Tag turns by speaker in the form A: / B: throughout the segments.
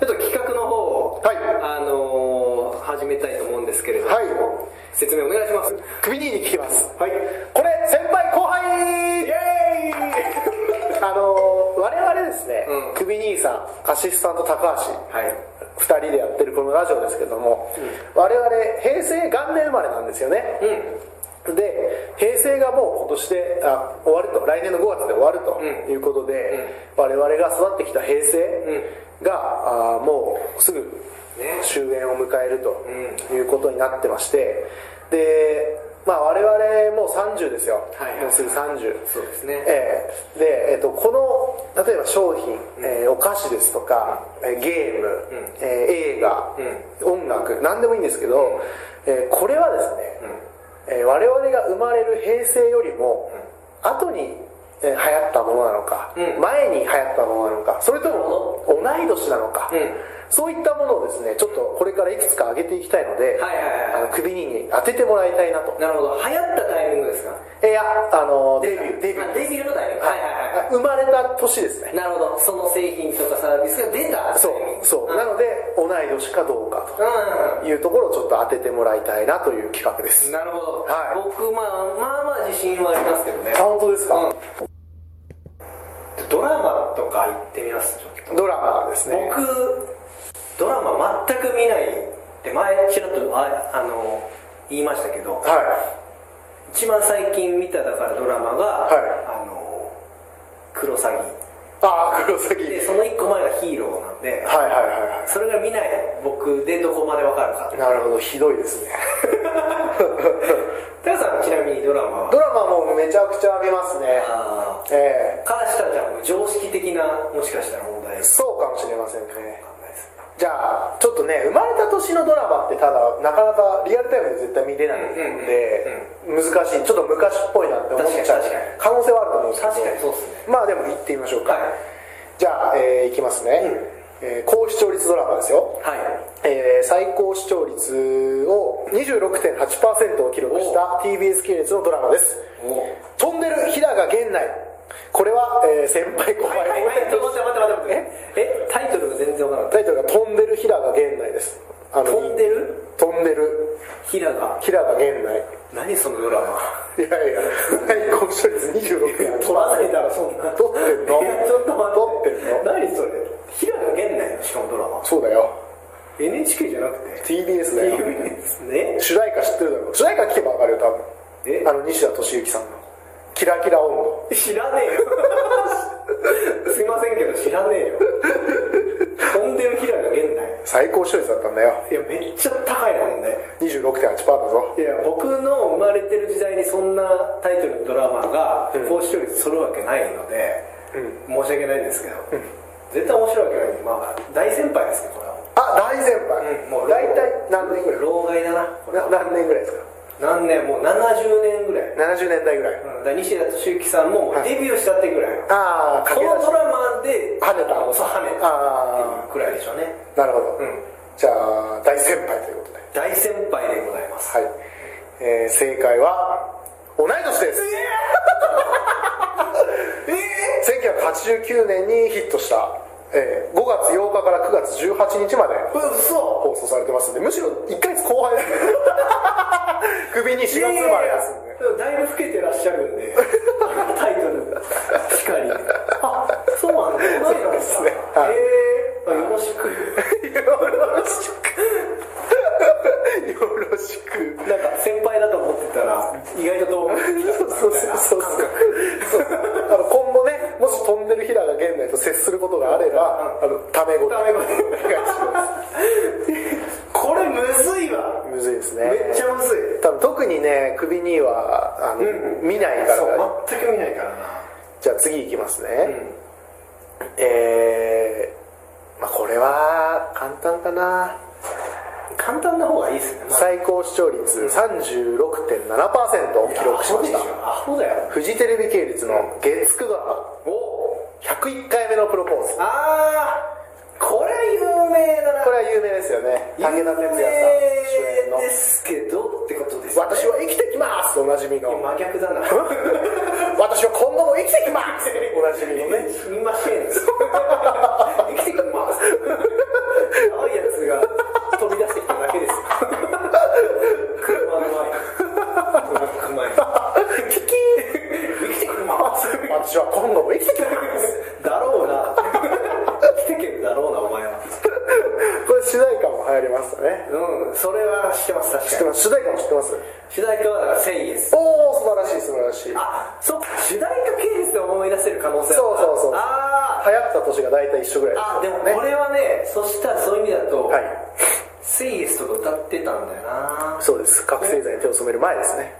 A: ちょっと企画の方を、
B: はい
A: あのー始めたいと思うんですけれども、
B: はい
A: 説明お願いします。
B: 首に聞きます
A: はい。
B: これ先輩後輩
A: イエ
B: あのー我々ですね、
A: うん
B: 首兄さんアシスタント高橋、
A: はい
B: 2人でやってるこのラジオですけども、我々平成元年生まれなんですよね、で平成がもう今年であ終わると来年の5月で終わるということで、我々が育ってきた平成が、あーもうすぐ
A: ね
B: 終焉を迎えるということになってましてでまあ我々もう30ですよ、
A: はいはい
B: もうすぐ30
A: そうですね
B: ええで、えっとこの例えば商品、えーお菓子ですとか、えーゲーム、えー映画、音楽何でもいいんですけど、えーこれはですね、えー我々が生まれる平成よりも、後にえー流行ったものなのか、前に流行ったものなのかそれとも同い年なのか、
A: ん
B: そういったものをですねちょっとこれからいくつか上げていきたいので、
A: はいはいはいはい
B: あの首に当ててもらいたいなと
A: ーイなるほど。流行ったタイミングですか
B: えーいやあのデビューデビュ
A: あ
B: ー
A: デビューのタイミング。はいはいはい。
B: あ生まれた年ですね
A: なるほど。その製品とかサービスが出た
B: そ
A: タイミン
B: う
A: グ
B: そうなので同い年かどうか
A: うんうんうん
B: というところをちょっと当ててもらいたいなという企画です
A: なるほど、
B: はい
A: 僕、まあ、まあまあ自信はありますけどね
B: あ本当ですか、
A: ドラマとか行ってみますちょっと
B: ドラマですね
A: 僕ドラマ全く見ないって前ちらっとああの言いましたけど
B: は
A: 一番最近見ただからドラマが、
B: は
A: あのクロサギ
B: いああ黒崎
A: でその一個前がヒーローなんで
B: はいはいはいは
A: それが見ない僕でどこまでわかるか
B: いなるほどひどいですね
A: タカさんちなみにドラマは
B: ドラマもめちゃくちゃ見ますね
A: あー
B: ええ
A: からしたらじゃあもう常識的なもしかしたら問題です
B: そうかもしれませんね
A: わかんないです
B: じゃあちょっとね生まれた年のドラマってただなかなかリアルタイムで絶対見れないので難しいちょっと昔っぽいなって思っちゃ
A: 確
B: う
A: かに確かに
B: 可能性はあると思うんですけど
A: 確かにそうですね
B: まあでも行ってみましょうか、
A: はい
B: じゃあ、えーいきますね、えー高視聴率ドラマですよ、
A: はい
B: えー最高視聴率を26.8%を記録した TBS 系列のドラマです
A: おう
B: 「飛んでる日高源内」これは、えー先輩後輩
A: はいはい、ちょっと待って待って待ってええタイトルが全然わからなかっ
B: タイトルが「飛んでる日高源内」ですあの
A: た飛んでる
B: 飛んでる
A: 平が
B: 平賀源内
A: 何そのドラマ
B: いやいや最高視聴率26.8%
A: 取らないだろそんな
B: 撮ってんの
A: いや ちょっと待って
B: 撮ってんの
A: 何それ平が源内のしかもドラマ
B: そうだよ
A: NHK じゃなくて
B: TBS だよ
A: TBS ですね
B: 主題歌知ってるだろ主題歌聞けば分かるよ多
A: え
B: 分あの西田敏行さんの「キラキラ音頭
A: 知らねえよすいませんけど知らねえよ飛んでる平が源内」
B: 最高視聴率だったんだよ
A: いやめっちゃ高いなもんね
B: 26.8%だぞ
A: いや僕の生まれてる時代にそんなタイトルのドラマが高視聴率するわけないので、申し訳ないんですけど、絶対面白いわけないんでまあ大先輩ですねこれは
B: あ大先輩、
A: もう
B: 大体何年ぐらい
A: 老害だなこれ
B: な何年ぐらいですか
A: 何年もう70年ぐらい、
B: 70年代ぐらい、
A: うん、だから西田敏行さんもデビューしたってぐらいの、
B: ああ
A: こ
B: 駆け
A: の
B: 出
A: ドラマで
B: 跳ねた
A: そう跳ねた
B: あ
A: っていうくらいでしょうね
B: しなるほど、
A: ん
B: じゃあ大先輩ということで
A: 大先輩でございます
B: はい、えー正解は同い年です
A: え え
B: 1989年にヒットした、えー5月8日から9月18日まで
A: うそ
B: 放送されてますんでむしろ1ヶ月後輩 ですね首に4月生まれです
A: い
B: んで
A: やいやいやでもだいぶ老けてらっしゃるん でタイトルしかりあそうなんだそうなんですね
B: はい
A: えー、よろしく
B: よろしくよろしく
A: なんか先輩だと思ってたら意外とどう思ってたんだ
B: そうそうそうそうあの今後ねもし飛んでる平賀源内と接することがあればあのタメ語で
A: タメ語
B: お願いし
A: これむずいわ
B: ますむずいですね
A: めっちゃむずい
B: 多分特にね首にはあの、見ないか
A: そ
B: ら
A: う全く見ないからな
B: じゃあ次いきますね、えー、まあこれは簡単かな
A: 簡単な方がいいですね、まあ
B: 最高視聴率36.7%を記録しました
A: アホだよ
B: フジテレビ系列の月9ドラマ
A: お
B: 101回目のプロポーズ
A: ああーこれ有名だな
B: これは有名ですよね武田鉄矢さん主演
A: 有
B: の
A: 名ですけどってことです
B: 「私は生きてきます」おなじみの
A: 真逆だな
B: 「私は今後も生きてきます」おなじみのね
A: 見ません生きてきます
B: 流行りましたね
A: うんそれは知ってます
B: 知
A: 確か
B: って
A: に
B: ます主題歌も知ってます
A: 主題歌はだから1000円です
B: おお素晴らしい素晴らしい流行っ
A: あそっか主題歌系列で思い出せる可能性ある
B: そうそうそう
A: あー
B: た年が大体一緒ぐらい
A: あでも
B: ね
A: これはねそしたらそういう意味だと
B: はい
A: 「セイエス」とか歌ってたんだよな
B: そうです覚醒剤に手を染める前ですね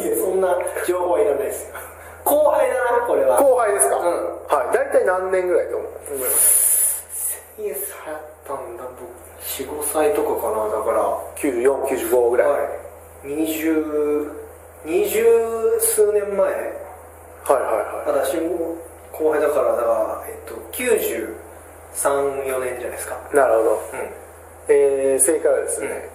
A: いやそんな情報はいらないですよ後輩だなこれは
B: 後輩ですか、
A: うん
B: はい大体何年ぐらいと思います
A: イエス流行ったんだ僕45歳とかかなだから
B: 9495ぐらいはい
A: はい、20, 20数年前
B: はいはい
A: 私も後輩だからだから、えっと、934年じゃないですか
B: なるほど、
A: う
B: えー、正解はですね、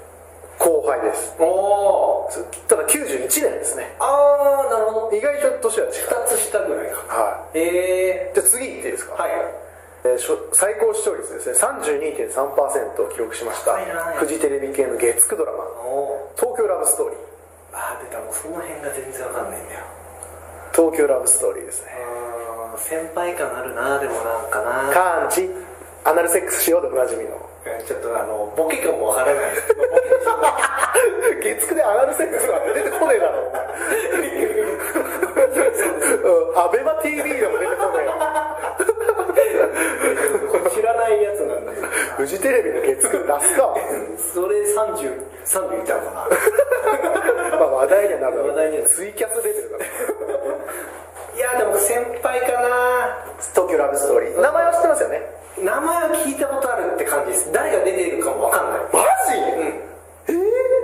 B: 後輩です
A: んおお
B: ただ91年ですね
A: ああなるほど
B: 意外と年は近い
A: 2つ下ぐらいか
B: は
A: え
B: いじゃあ次いっていいです
A: え
B: か
A: はい
B: えーしょ最高視聴率ですね32.3%を記録しました
A: 高いな
B: フジテレビ系の月9ドラマ
A: おお
B: 「東京ラブストーリー」
A: ああ出たもうその辺が全然わかんないんだよ
B: 「東京ラブストーリー」ですね
A: あー先輩感あるなでもなんか
B: 「
A: な
B: カーンチアナルセックスしよう」でおなじみの
A: ちょっとあのボケ感もわからないです
B: 月9でアナルセックスは出てこねえだろお前うんアベマ t v でも出てこねえよ
A: 知らないやつなんだけど
B: フジテレビの月9出すか
A: それ30 30いたのか
B: まあ話題にはなる
A: 話題にはなる
B: ツイキャス出てるから
A: ないやでも先輩かな
B: 東京ラブストーリー名前は知ってますよね
A: 名前は聞いたことあるって感じです誰が出ているかもわかんない
B: マジ、
A: うん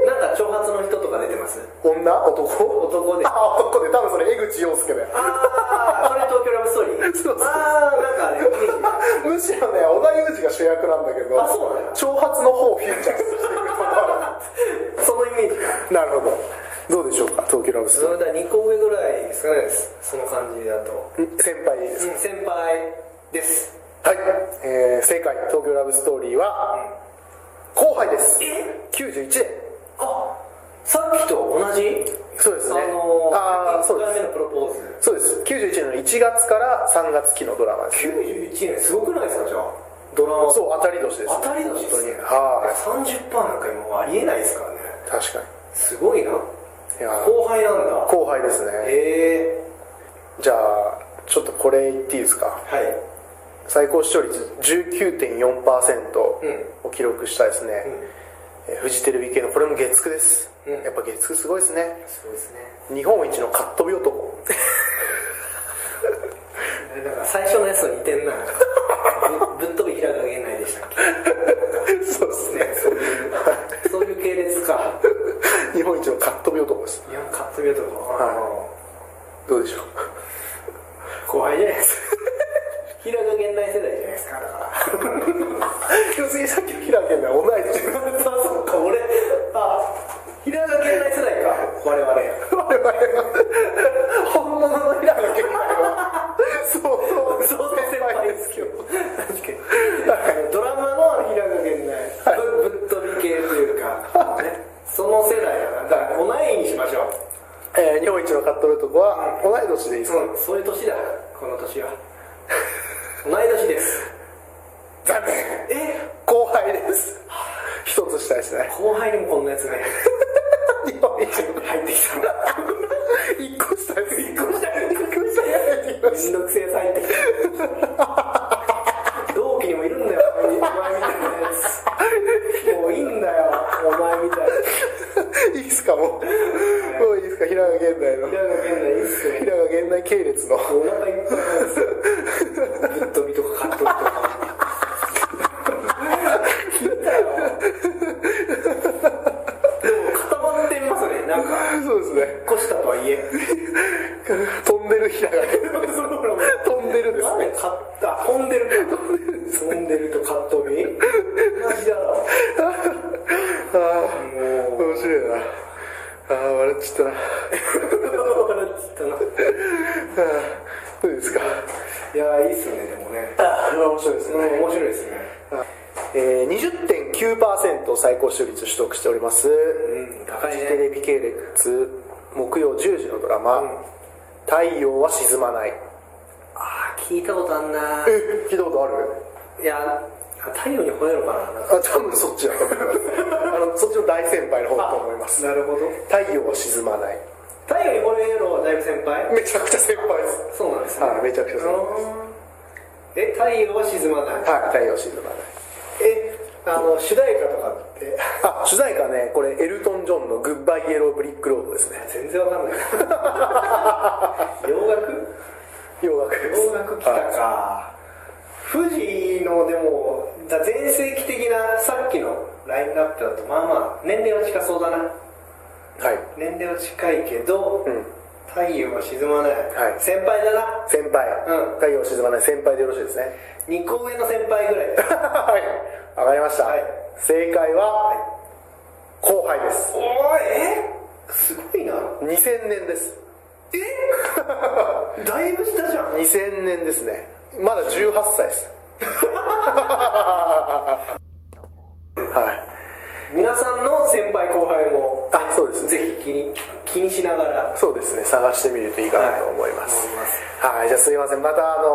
A: なんか長髪の人とか出てます
B: 女男
A: 男であ
B: あ男で多分それ江口洋介だよ
A: あーそれ東京ラブストーリー
B: そうそうそう
A: ああなんかあれイメージが
B: むしろね織田裕二が主役なんだけど
A: あそうなんだ
B: 長髪の方をフィーチャーしてくる
A: そのイメージが
B: なるほどどうでしょうか東京ラブス
A: それだ2個上ぐらいですかねその感じだと、
B: トーリー先輩です
A: うん、先輩です
B: はい、えー、正解東京ラブストーリーは後輩です91年
A: あさっきと同じ
B: そうですね
A: あの
B: あーそうで
A: 1回
B: す
A: 目のプロポーズ
B: そうです91年の1月から3月期のドラマです
A: 91年すごくないですかじゃあドラマ
B: そう当たり年です
A: 当たり年で
B: 本
A: す
B: 当
A: ね
B: には
A: 30%なんか今ありえないですからね
B: い確かに
A: すごいない
B: やー
A: 後輩なんだ
B: 後輩ですね
A: え
B: じゃあちょっとこれ言っていいですか
A: ー、はい
B: 最高視聴率19.4%
A: う
B: を記録したですね、えーフジテレビ系のこれも月9です、
A: うん
B: やっぱ月9すごいですね
A: すごいですね
B: 日本一のカットび男
A: だから最初のやつと似て んなぶぶっ飛び平賀源内でしたっ
B: そうです
A: けね そういうそういう系列か
B: 日本一のカットび男です
A: いやカットビューとか、
B: はどうでしょう
A: 後輩じゃないですか平賀源内世代じゃないですかだから
B: 要するにさっきの平野健太は同い年
A: あ そうか俺あ平賀源内世代か我々
B: 我々は本物の平野健太は相
A: そ
B: 当
A: うそう先輩ですけど確かに
B: は
A: ドラマの平賀源内ぶぶっ飛び系というか、ね、その世代だなだから同いにしましょう
B: えー日本一のカットび男は同い年でいいですか、
A: うんそういう年だこの年は同い年です
B: 残念
A: え
B: 後輩です一つ下ですね
A: 後輩にもこんなやつがいる
B: 日本一
A: 入ってきたんだ
B: 一個下です一
A: 個下
B: 一個下
A: めんどくせえやつ入ってきた同期にもいるんだよお前みたいなやつもういいんだよお前みたいない
B: いですかもうもういいですか平賀源内の
A: 平賀源内いいっすよ
B: 平賀源内系列の
A: お腹いっぱいなんですよぶっ飛びとかカットとか聞いたよでも固まってますねなんか
B: そうですね
A: 越したとはいえ
B: 飛んでる平賀源内飛んでるです
A: なん
B: ね
A: で買った飛んでるか飛んでるとカットび同じだろ
B: ああ
A: もう
B: 面白いなああ笑っちゃったな
A: 笑っちゃったな
B: あーどうですか
A: いやいいっすよねでもね
B: ああ面白いです
A: うん面白いですね
B: えー、20.9%を最高視聴率取得しております、
A: ん高いね
B: フジテレビ系列木曜10時のドラマ「
A: ん
B: 太陽は沈まない
A: ああ聞いたことあんな」
B: え聞いたことある
A: いやあ太陽に吠えるかななんか
B: あ多分そっちだと思 いますあのそっちの大先輩の方だと思います
A: なるほど
B: 太陽は沈まない
A: 太陽に吠えるのはだいぶ先輩
B: めちゃくちゃ先輩です
A: そうなんですね
B: はいめちゃくちゃ先輩です
A: え太陽は沈まない、
B: はい太陽は沈まない
A: えあの主題歌とかって
B: あ主題歌ねこれエルトン・ジョンの「グッバイ・イエロー・ブリック・ロード」ですね
A: 全然わかんない洋楽
B: 洋楽です
A: 洋楽来た
B: はい
A: か富士のでもだ全盛期的なさっきのラインナップだとまあまあ年齢は近そうだな
B: はい
A: 年齢は近いけど、
B: うん
A: 太陽は沈まない、
B: はい
A: 先輩だな
B: 先輩、
A: うん
B: 太陽は沈まない先輩でよろしいですね
A: 2個上の先輩ぐらいだよ
B: はいわかりました、
A: はい
B: 正解は後輩です
A: おーえすごいな
B: 2000年です
A: えだいぶ下じゃん
B: 2000年ですねまだ18歳です はい
A: 皆さんの先輩後輩も
B: あそうですね
A: ぜひ気に気にしながら
B: そうですね探してみるといいかなと思います
A: はい思います
B: はい、じゃあすいませんまたあの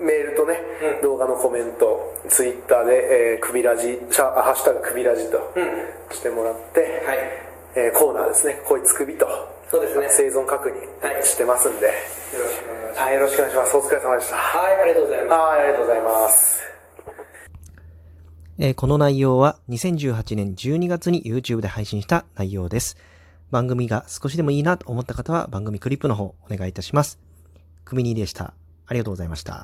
B: ーうーんメールとね、
A: うん
B: 動画のコメントツイッターで、えー、クビラジシャハッシュタグクビラジと
A: ん
B: してもらって、
A: はい
B: えーコーナーですねこいつ首と
A: そうですね
B: 生存確
A: は
B: 認
A: い
B: してますんで、
A: よろしくお願いします
B: はい、よろしくお願いしますお疲れ様でしたは
A: はいありがとうございます
B: いありがとうございます
C: えーこの内容は2018年12月に YouTube で配信した内容です。番組が少しでもいいなと思った方は番組クリップの方お願いいたします。クミニーでした。ありがとうございました。